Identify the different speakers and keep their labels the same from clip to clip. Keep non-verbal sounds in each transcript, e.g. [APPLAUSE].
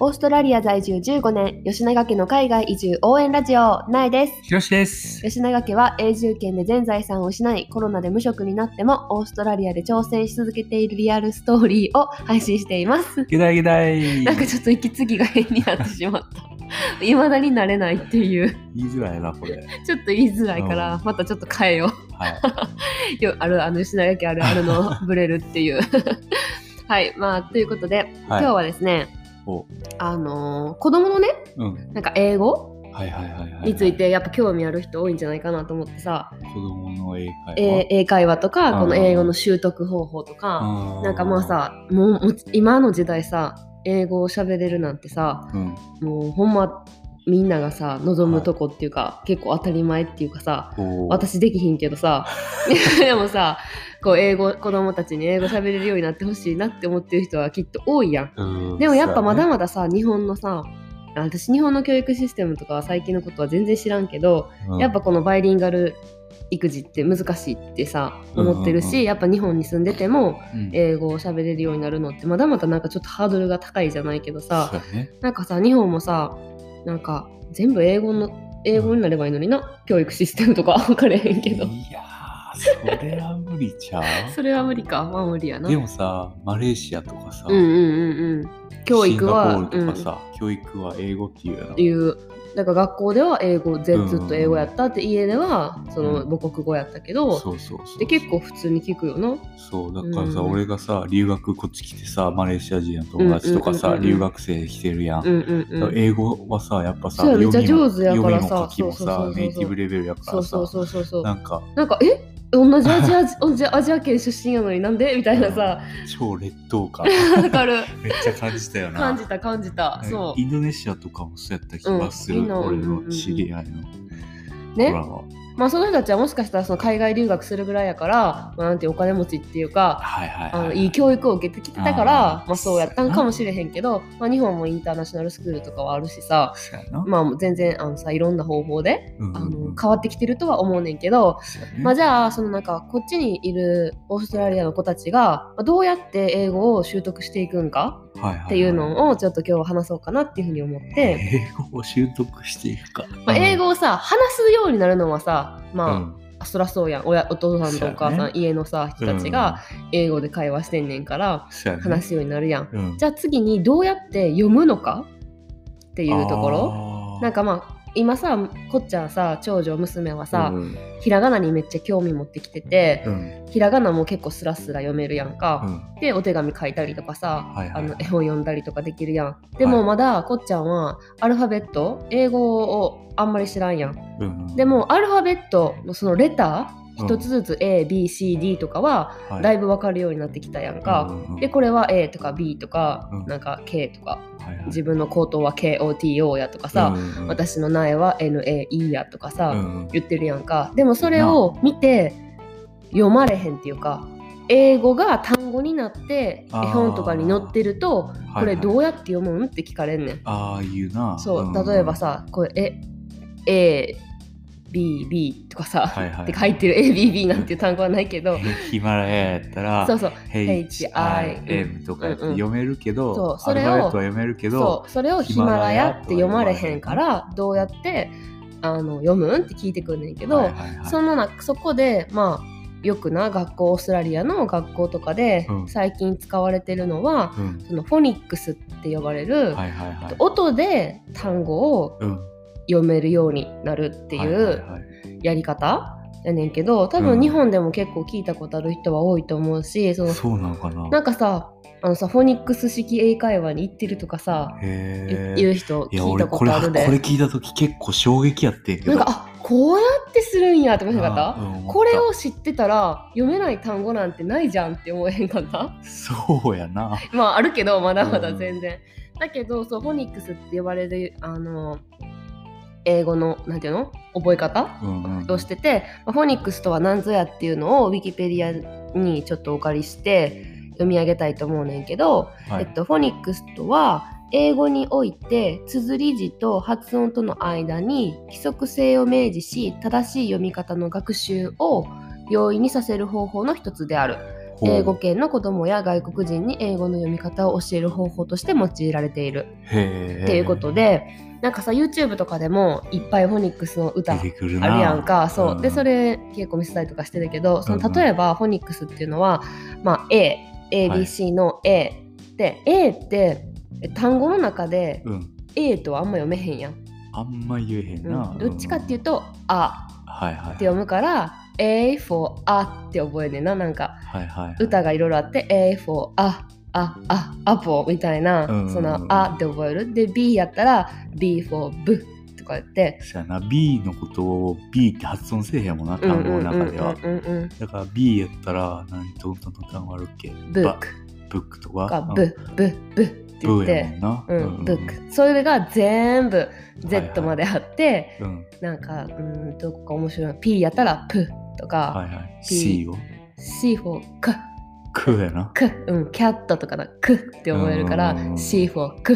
Speaker 1: オーストラリア在住15年、吉永家の海外移住応援ラジオ、苗です。
Speaker 2: ひろし
Speaker 1: [LAUGHS]
Speaker 2: です。
Speaker 1: 吉永家は永住権で全財産を失いコロナで無職になってもオーストラリアで挑戦し続けているリアルストーリーを配信しています。
Speaker 2: ギダイギダイ。
Speaker 1: なんかちょっと息継ぎが変になってしまった。 [LAUGHS] いまだになれないっていう、 [LAUGHS]
Speaker 2: 言いづらいな、これ。
Speaker 1: ちょっと言いづらいから
Speaker 2: う、ん
Speaker 1: またちょっと変えよ [LAUGHS]
Speaker 2: はい。
Speaker 1: う。よあるあの吉永家あるあるのブレるっていう。 [LAUGHS] はい、まあということで、
Speaker 2: はい
Speaker 1: 今日はですね
Speaker 2: お、
Speaker 1: あのー子供のね、
Speaker 2: うん。
Speaker 1: なんか英語
Speaker 2: はいはいはいはい。
Speaker 1: につい。てやっぱ興味ある人多いんじゃないかなと思ってさ、
Speaker 2: 子供の英会
Speaker 1: えー
Speaker 2: 話。
Speaker 1: 英会話とか、
Speaker 2: うん
Speaker 1: この英語の習得方法とか、
Speaker 2: あー
Speaker 1: なんかもう。さもうもう今の時代さ英語を喋れるなんてさ
Speaker 2: うん。
Speaker 1: もうほんまみんながさ望むとこっていうか、結構当たり前っていうかさ
Speaker 2: こう。
Speaker 1: 私できひんけどさ [LAUGHS] でもさこう英語子供たちに英語喋れるようになってほしいなって思ってる人はきっと多いやん。
Speaker 2: うん。
Speaker 1: でもやっぱまだ
Speaker 2: ま
Speaker 1: まださ日本のさあ私日本の教育システムとかは最近のことは全然知らんけど、
Speaker 2: だ
Speaker 1: やっぱ。このバイリンガル育児って難しいってさ思ってるし、
Speaker 2: うんうんうん
Speaker 1: やっぱ日本に住んでても
Speaker 2: うん
Speaker 1: 英語を喋れるようになるのってまだまだなんかちょっとハードルが高いじゃないけどさ
Speaker 2: そうやね。
Speaker 1: なんかさ日本もさなんか全部英語の英語になればいいのにな教育システムとか [LAUGHS] 分かれへんけど
Speaker 2: いやー、それは無理ちゃ
Speaker 1: [LAUGHS] それは無理かまあ無理や
Speaker 2: う。
Speaker 1: な
Speaker 2: でもさ、マレーシアとかさ。
Speaker 1: うんうんうんうん教育は
Speaker 2: シンガポールとかさ、教育は英語っていうやな
Speaker 1: うん、いうだから学校では英語ぜ
Speaker 2: うん
Speaker 1: ずっと英語やったって家ではその
Speaker 2: う
Speaker 1: 母国語やったけど、
Speaker 2: そうそうそう。
Speaker 1: で結構普通に聞くよな
Speaker 2: そうだからさ、
Speaker 1: うん
Speaker 2: 俺がさ留学こっち来てさマレーシア人の友達とかさ、
Speaker 1: うんうんうんうん
Speaker 2: 留学生来てるやん、
Speaker 1: うんうんうん
Speaker 2: 英語はさやっぱさ
Speaker 1: そうやめっ
Speaker 2: 読
Speaker 1: ちゃ
Speaker 2: みも
Speaker 1: 上手やからさ
Speaker 2: 読みも書きもさ
Speaker 1: そうそうそうそう
Speaker 2: ネイティブレベルやか
Speaker 1: そ
Speaker 2: ら
Speaker 1: う
Speaker 2: さ
Speaker 1: そうそうそうそう
Speaker 2: なんか
Speaker 1: なんかえ同じアジア同じアジア圏出身やのになんでみたいな
Speaker 2: [LAUGHS]
Speaker 1: さ
Speaker 2: 超劣等
Speaker 1: [LAUGHS]
Speaker 2: 感
Speaker 1: わかる
Speaker 2: めっちゃ感じたよな
Speaker 1: 感じた感じた
Speaker 2: なんか
Speaker 1: そ
Speaker 2: インドネシアとかもそうやった気がす
Speaker 1: う
Speaker 2: る、
Speaker 1: んインド
Speaker 2: 俺
Speaker 1: うんうんう
Speaker 2: の
Speaker 1: ん
Speaker 2: 知り合いの
Speaker 1: う
Speaker 2: ドラ
Speaker 1: ね
Speaker 2: は、
Speaker 1: まあその人たちはもしかしたらその海外留学するぐらいやから、まあ、なんていうお金持ちっていうか
Speaker 2: はいはい
Speaker 1: あ
Speaker 2: は
Speaker 1: の
Speaker 2: いはい
Speaker 1: い教育を受けてきてたから
Speaker 2: あー
Speaker 1: まあ、そうやったんかもしれへんけど、まあ、日本もインターナショナルスクールとかはあるしさ
Speaker 2: そうやな
Speaker 1: まあ全然あのさいろんな方法で
Speaker 2: うん
Speaker 1: あ
Speaker 2: うんうん
Speaker 1: の変わってきてるとは思うねんけど、
Speaker 2: そうやね
Speaker 1: まあ、じゃあそのなんかこっちにいるオーストラリアの子たちがまあどうやって英語を習得していくんか
Speaker 2: はいはは
Speaker 1: っていうのをちょっと今日は話そうかなっていうふうに思って、
Speaker 2: 英語を習得していくか、
Speaker 1: まあ、英
Speaker 2: 語
Speaker 1: 語をさ話すようになるのはさ
Speaker 2: う
Speaker 1: ま
Speaker 2: ん
Speaker 1: あ、そらそうやん親お父さんとお母
Speaker 2: そう
Speaker 1: さん、
Speaker 2: やね
Speaker 1: 家のさ人たちが、英語で会話してんねんから
Speaker 2: うんそうやね
Speaker 1: 話すようになるやん。
Speaker 2: うん
Speaker 1: じゃあ次にどうやって読むのかっていうところ
Speaker 2: ろ
Speaker 1: なんかまあ今さこっちゃんさ長女娘はさ、
Speaker 2: うん
Speaker 1: ひらがなにめっちゃ興味持ってきてて。
Speaker 2: うん
Speaker 1: ひらがなも結構スラスラ読めるやん
Speaker 2: う
Speaker 1: か、
Speaker 2: ん
Speaker 1: でお手紙書いたりとかさ
Speaker 2: はいは
Speaker 1: あ
Speaker 2: い
Speaker 1: の絵本読んだりとかできるやんでも
Speaker 2: はい
Speaker 1: まだこっちゃんはアルファベット英語をあんまり知らんやん
Speaker 2: うんうん
Speaker 1: でもアルファベットのそのレタ
Speaker 2: う
Speaker 1: ー
Speaker 2: ん
Speaker 1: 一つずつ ABCD とかは
Speaker 2: はい
Speaker 1: だいぶわかるようになってきたやん
Speaker 2: う
Speaker 1: か
Speaker 2: んうんうん
Speaker 1: でこれは A とか B とか
Speaker 2: うん
Speaker 1: なんか K とか
Speaker 2: はいはい
Speaker 1: 自分の口頭は KOTO やとかさ
Speaker 2: うんうんうん
Speaker 1: 私の苗は NAE やとかさ、
Speaker 2: うんうん
Speaker 1: 言ってるやんかでもそれを見て読まれへんっていうか英語が単語になって絵
Speaker 2: あー
Speaker 1: 本とかに載ってると
Speaker 2: いはい
Speaker 1: これどうやって読むんって聞かれんねん。
Speaker 2: ああいうな
Speaker 1: そ
Speaker 2: ん
Speaker 1: う例えばさこれえ ABB とかさ、
Speaker 2: はいはい
Speaker 1: って書いてる ABB なんていう単語はないけ
Speaker 2: うん
Speaker 1: ど
Speaker 2: ヒマラヤやったら
Speaker 1: そうそう
Speaker 2: HIM とかやって
Speaker 1: うんうん
Speaker 2: 読めるけど
Speaker 1: そうそれを
Speaker 2: アルファベットは読めるけど
Speaker 1: そうそれをヒマラヤって読まれへんからどうやってあの読むんって聞いてくんねんけど、
Speaker 2: はいはいはい
Speaker 1: そのなそこでまあよくな学校オーストラリアの学校とかで
Speaker 2: うん
Speaker 1: 最近使われてるのは、
Speaker 2: うん
Speaker 1: そのフォニックスって呼ばれる、
Speaker 2: はいはいはい
Speaker 1: 音で単語を
Speaker 2: うんっ
Speaker 1: 読めるようになるって
Speaker 2: て
Speaker 1: いうやり方やねんけど多分日本でも結構聞いたことある人は多いと思うし、その
Speaker 2: そうなのかな
Speaker 1: なんかさあのさフォニックス式英会話に行ってるとかさ、
Speaker 2: へ
Speaker 1: 言
Speaker 2: え
Speaker 1: う人
Speaker 2: いや
Speaker 1: 聞い
Speaker 2: 俺
Speaker 1: たこ
Speaker 2: これ
Speaker 1: とあ
Speaker 2: こ
Speaker 1: る
Speaker 2: れ
Speaker 1: で
Speaker 2: 聞いた時結構衝撃やってんけ
Speaker 1: な
Speaker 2: ど
Speaker 1: んかあこうやってするんやって思いなかった
Speaker 2: うん思った
Speaker 1: これを知ってたら読めない単語なんてないじゃんって思えへんかった [LAUGHS]
Speaker 2: そうやな
Speaker 1: まああるけどまだまだ全然、だけどそうフォニックスって呼ばれるあの英語のなんていうの覚え方
Speaker 2: うんうん
Speaker 1: をしてて、まあフォニックスとは何ぞやっていうのをウィキペディアにちょっとお借りして読み上げたいと思うねんけど、
Speaker 2: は
Speaker 1: え
Speaker 2: い
Speaker 1: っと、フォニックスとは英語において綴り字と発音との間に規則性を明示し正しい読み方の学習を容易にさせる方法の一つである
Speaker 2: う
Speaker 1: 英語圏の子供や外国人に英語の読み方を教える方法として用いられている
Speaker 2: へえ
Speaker 1: っていうことで、なんかさ YouTube とかでもいっぱいフォニックスの歌
Speaker 2: 出てくる
Speaker 1: あ
Speaker 2: な
Speaker 1: るやんかそう、でそ
Speaker 2: れ
Speaker 1: れ結構見せたりとかしてるけどそ
Speaker 2: うんう
Speaker 1: の
Speaker 2: ん
Speaker 1: 例えばフォニックスっていうのは、まあ、AABC の A、で A ってえ単語の中で
Speaker 2: うん、
Speaker 1: A とはあんま読めへんやん、
Speaker 2: あんま言えへん
Speaker 1: う
Speaker 2: な、
Speaker 1: ん、どっちかっていううと「あ」
Speaker 2: んはいはい
Speaker 1: って読むから A for あって覚えねんななんか
Speaker 2: はいはいはい
Speaker 1: 歌がいろいろあって A for あああアポみたいな、
Speaker 2: うん
Speaker 1: そのあって覚えるで B やったら B for ブとか言って
Speaker 2: そやな B のことを B って発音せえへんもんな単語の中では
Speaker 1: うんうんうん
Speaker 2: だから B やったら何どんな単語あるっけ
Speaker 1: ブッ
Speaker 2: バ
Speaker 1: ク
Speaker 2: ブックとか
Speaker 1: がブブブって言っ
Speaker 2: ブやも
Speaker 1: て
Speaker 2: んな
Speaker 1: う
Speaker 2: うん
Speaker 1: んブックそれが全部 Z まであって
Speaker 2: うん
Speaker 1: なんかうんどこか面白い P やったらプと
Speaker 2: は
Speaker 1: か
Speaker 2: いはい
Speaker 1: P
Speaker 2: C を
Speaker 1: C for ク
Speaker 2: クやな
Speaker 1: クうんキャットとかなクって覚えるから
Speaker 2: うんうんうん
Speaker 1: C for ク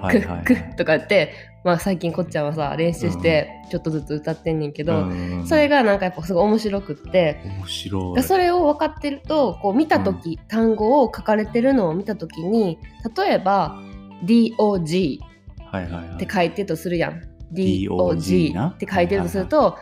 Speaker 2: は
Speaker 1: ク
Speaker 2: いはいは
Speaker 1: ッ
Speaker 2: い
Speaker 1: クッとか言って、まあ、最近こっちゃんはさ練習してちょっとずつ歌ってんねんけど、
Speaker 2: うん
Speaker 1: それがなんかやっぱすごい面白くって。
Speaker 2: 面白
Speaker 1: で
Speaker 2: い
Speaker 1: それを分かってるとこう見た時、単語を書かれてるのを見た時に例えば「DOG」
Speaker 2: はいはいは
Speaker 1: っ
Speaker 2: い
Speaker 1: て書いてるとするやん「
Speaker 2: DOG
Speaker 1: DOG」
Speaker 2: な
Speaker 1: って書いてるとすると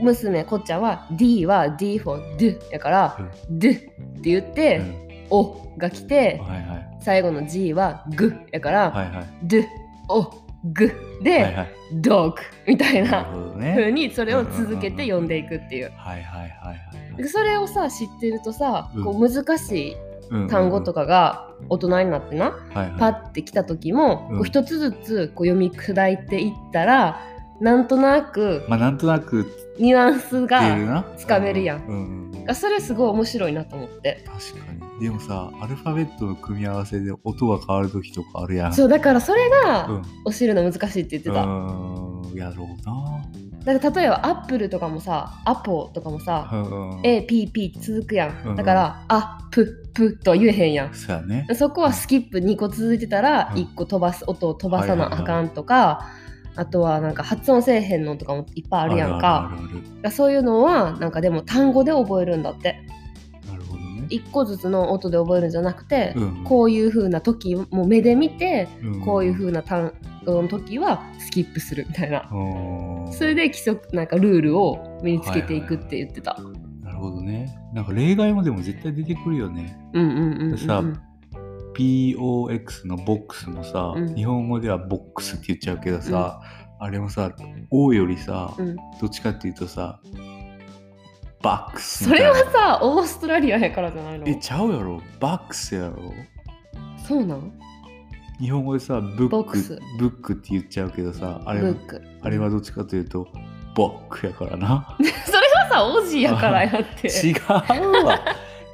Speaker 1: 娘こっちゃんは「D」は「D」for「D」やから「D」って言って
Speaker 2: うん
Speaker 1: 「O」が来て
Speaker 2: はいはい
Speaker 1: 最後の「G」は「グ」やから「
Speaker 2: はいはい
Speaker 1: ドゥオグで、
Speaker 2: はいはい
Speaker 1: ドッグみたい
Speaker 2: なる
Speaker 1: な
Speaker 2: ほど
Speaker 1: 風
Speaker 2: ね
Speaker 1: にそれを続けて読んでいくっていう。
Speaker 2: はいはいはいはい
Speaker 1: でそれをさ知ってるとさ、
Speaker 2: うん
Speaker 1: こう難しい単語と
Speaker 2: か
Speaker 1: かが大人になってな、パッて来た時も、
Speaker 2: うん
Speaker 1: こう一つずつこう読み砕いていったらなんとなく
Speaker 2: まあなんとなく
Speaker 1: ニュアンスがつ
Speaker 2: つ
Speaker 1: かめるやん
Speaker 2: んうん
Speaker 1: それすごい面白いなと思って
Speaker 2: 確かにでもさアルファベットの組み合わせで音が変わる時とかあるやん
Speaker 1: そうだからそれ
Speaker 2: うん
Speaker 1: が教えるの難しいって言ってた、
Speaker 2: うんやろうな
Speaker 1: だから例えばアップルとかもさアポとかもさ、
Speaker 2: うんうん
Speaker 1: APP 続くや
Speaker 2: うんうんん
Speaker 1: だから「あぷぷ」とは言えへんやん
Speaker 2: そうやね
Speaker 1: そこはスキップ2個続いてたら
Speaker 2: うん
Speaker 1: 1個飛ばす音を飛ばさなあかんとかあとはなんか発音せえへんのとかもいっぱいあるやん
Speaker 2: あ
Speaker 1: か
Speaker 2: るあるある
Speaker 1: だからそういうのはなんかでも単語で覚えるんだって
Speaker 2: なるほどね
Speaker 1: 1個ずつの音で覚えるんじゃなくて
Speaker 2: うん
Speaker 1: こういう風な時も目で見て
Speaker 2: うん
Speaker 1: こういう風な単語の時はスキップするみたいな
Speaker 2: うん
Speaker 1: それで規則なんかルールを身につけていくって言ってた
Speaker 2: なるほどねなんか例外もでも絶対出てくるよね
Speaker 1: うんうんうんうんうん
Speaker 2: さ POX のボックスもさ、
Speaker 1: うん
Speaker 2: 日本語ではボックスって言っちゃうけどさ、あれもさ O よりさ、
Speaker 1: うん
Speaker 2: どっちかっていうとさバックス
Speaker 1: そ
Speaker 2: みたい
Speaker 1: れ
Speaker 2: な
Speaker 1: はさオーストラリアやからじゃないの
Speaker 2: えちゃうやろバックスやろ
Speaker 1: そうなん
Speaker 2: 日本語でさブ
Speaker 1: ボ
Speaker 2: ッ
Speaker 1: ックス
Speaker 2: クブックって言っちゃうけどさあ
Speaker 1: ブ
Speaker 2: れ
Speaker 1: ック
Speaker 2: あれはどっちかというとボックやからな
Speaker 1: それはさオジーやからやって
Speaker 2: 違うわ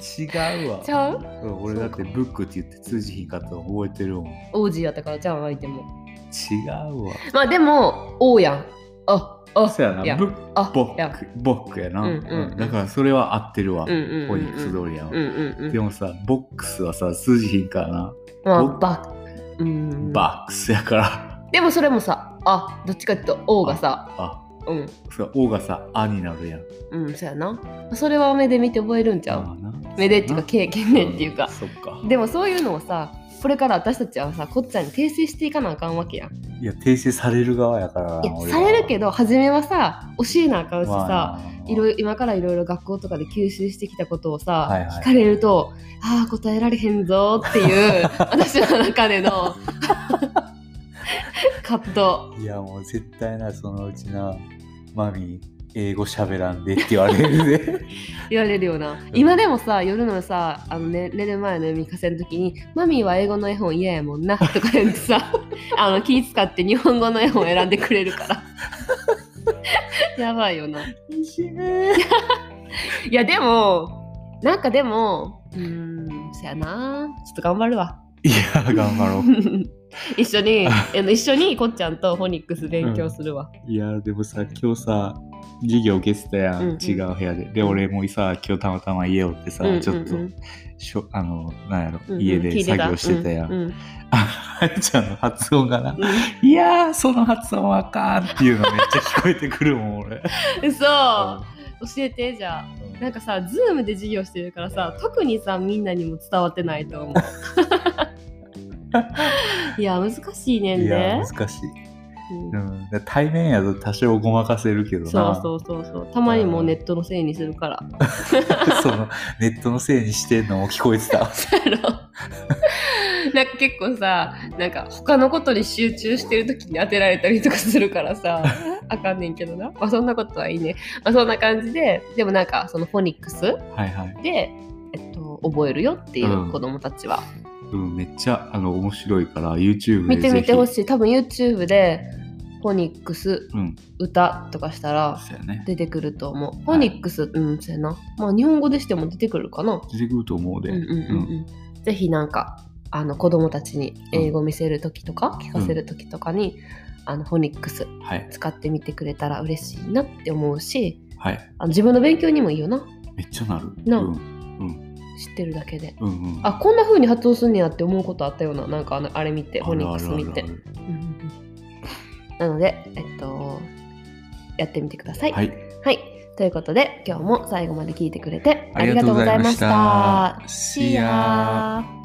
Speaker 2: 違うわ
Speaker 1: ちゃう
Speaker 2: うん俺だってブックって言って通じひんかったの覚えてるもん違
Speaker 1: オージーやったからじゃん相手も
Speaker 2: うわ
Speaker 1: まあでも「お」やん「あ」「あ
Speaker 2: そうや
Speaker 1: いや
Speaker 2: なブック」
Speaker 1: あ
Speaker 2: ボ
Speaker 1: や
Speaker 2: ックボックやな、
Speaker 1: うんうん
Speaker 2: うんだからそれは合ってるわ、
Speaker 1: うんうんうんうん
Speaker 2: ホニックス通りやわ、
Speaker 1: うんうんう
Speaker 2: で
Speaker 1: ん
Speaker 2: もさボックスはさ通じひんからな、
Speaker 1: まあ
Speaker 2: ぼ
Speaker 1: バうん
Speaker 2: バックスやから
Speaker 1: でもそれもさ「あ」どっちかっていうと「お」がさ
Speaker 2: あ
Speaker 1: うん
Speaker 2: そう「お」がさ「あ」になるやん
Speaker 1: うんそうやなそれは目で見て覚えるんちゃ
Speaker 2: まあ
Speaker 1: う
Speaker 2: な
Speaker 1: 目でっていうか経験でっていうか
Speaker 2: んそっか
Speaker 1: でもそういうのをさこれから私たちはさこっちゃんに訂正していかなあかんわけやん
Speaker 2: いや訂正される側やから
Speaker 1: いやされるけ
Speaker 2: ど
Speaker 1: ど初めはさ教えなあかんしさ、いろいろ今からいろいろ学校とかで吸収してきたことをさ、
Speaker 2: はいはい
Speaker 1: 聞かれるとああ答えられへんぞーっていう [LAUGHS] 私の中での葛
Speaker 2: いやもう絶対なそのうちなマミ英語喋らんでって言われる
Speaker 1: [LAUGHS]
Speaker 2: で
Speaker 1: 藤言われるような今でもさ夜のさあの、ね、寝る前の読み聞かせの時に「マミーは英語の絵本嫌やもんな」とか言って
Speaker 2: [LAUGHS]
Speaker 1: さあの気使って日本語の絵本選んでくれるから
Speaker 2: [LAUGHS]
Speaker 1: やばいよない
Speaker 2: しね
Speaker 1: いやでもなんかでもうーんそやなちょっと頑張るわ。
Speaker 2: [LAUGHS] いや頑張ろう
Speaker 1: 一緒にあの一緒にこっちゃんとフォニックス勉強するわ、
Speaker 2: いやでもさ今日さ授業受けてたやん、
Speaker 1: うんうん
Speaker 2: 違う部屋でで俺もさ今日たまたま家おってさ、
Speaker 1: うんうんうん
Speaker 2: ちょっとしょあのなんやろ、
Speaker 1: うんうん
Speaker 2: 家で
Speaker 1: 聞い
Speaker 2: 作業してたやん、
Speaker 1: うんうん
Speaker 2: ああ [LAUGHS] いちゃんの発音がな
Speaker 1: うん
Speaker 2: 「い [LAUGHS] やーその発音はあかん」っていうのめっちゃ聞こえてくるもん俺
Speaker 1: 嘘教えてじゃあ
Speaker 2: うん
Speaker 1: なんかさズームで授業してるからさ特にさみんなにも伝わってないと思
Speaker 2: [LAUGHS]
Speaker 1: ういや難しいねん
Speaker 2: いや
Speaker 1: ね、
Speaker 2: 難しい、
Speaker 1: うん
Speaker 2: うん、だから対面やと多少ごまかせるけどな
Speaker 1: そうそうそうそうたまにもうネットのせいにするから [LAUGHS]
Speaker 2: [LAUGHS] そのネットのせいにしてんのも聞こえてた。
Speaker 1: なんか結構さなんか他のことに集中してる時に当てられたりとかするからさあかんねんけどな、まあ、そんなことはいいね、まあ、そんな感じででもなんかそのフォニックス
Speaker 2: はいはい。
Speaker 1: で、えっと、覚えるよっていううん子供たちは、
Speaker 2: うん、めっちゃあの面白いから、YouTube で
Speaker 1: 見てみてほ
Speaker 2: い。
Speaker 1: しい多分 YouTube でフォニックス
Speaker 2: うん、
Speaker 1: 歌とかしたら
Speaker 2: そうやね。
Speaker 1: 出てくると思うフォニックス、うんそうやなまあ日本語でしても出てくるかな
Speaker 2: 出てくると思うで。
Speaker 1: うんうんうんうん、ぜひなんかあの子供たちに英語見せる時とか、聞かせる時とかに、あのフォニックス
Speaker 2: うんはい。
Speaker 1: 使ってみてくれたら嬉しいなって思うし
Speaker 2: はい。
Speaker 1: あの自分の勉強にもいいよな
Speaker 2: めっちゃなる。
Speaker 1: な
Speaker 2: うん、
Speaker 1: 知ってるだけで。
Speaker 2: うん、うん。
Speaker 1: あこんな風に発音すんねやって思うことあったようななんかあのあれ見てフォニックス見て
Speaker 2: あるあるあ
Speaker 1: う
Speaker 2: る
Speaker 1: んうんうんなのでえっとやってみてください、
Speaker 2: はいい。
Speaker 1: はい、ということで今日も最後まで聞いてくれてあ
Speaker 2: あ
Speaker 1: り
Speaker 2: り
Speaker 1: がと
Speaker 2: がと
Speaker 1: う
Speaker 2: う
Speaker 1: ご
Speaker 2: ご
Speaker 1: ざ
Speaker 2: ざ
Speaker 1: い
Speaker 2: い
Speaker 1: ま
Speaker 2: ま
Speaker 1: し
Speaker 2: したた
Speaker 1: See
Speaker 2: See
Speaker 1: ya.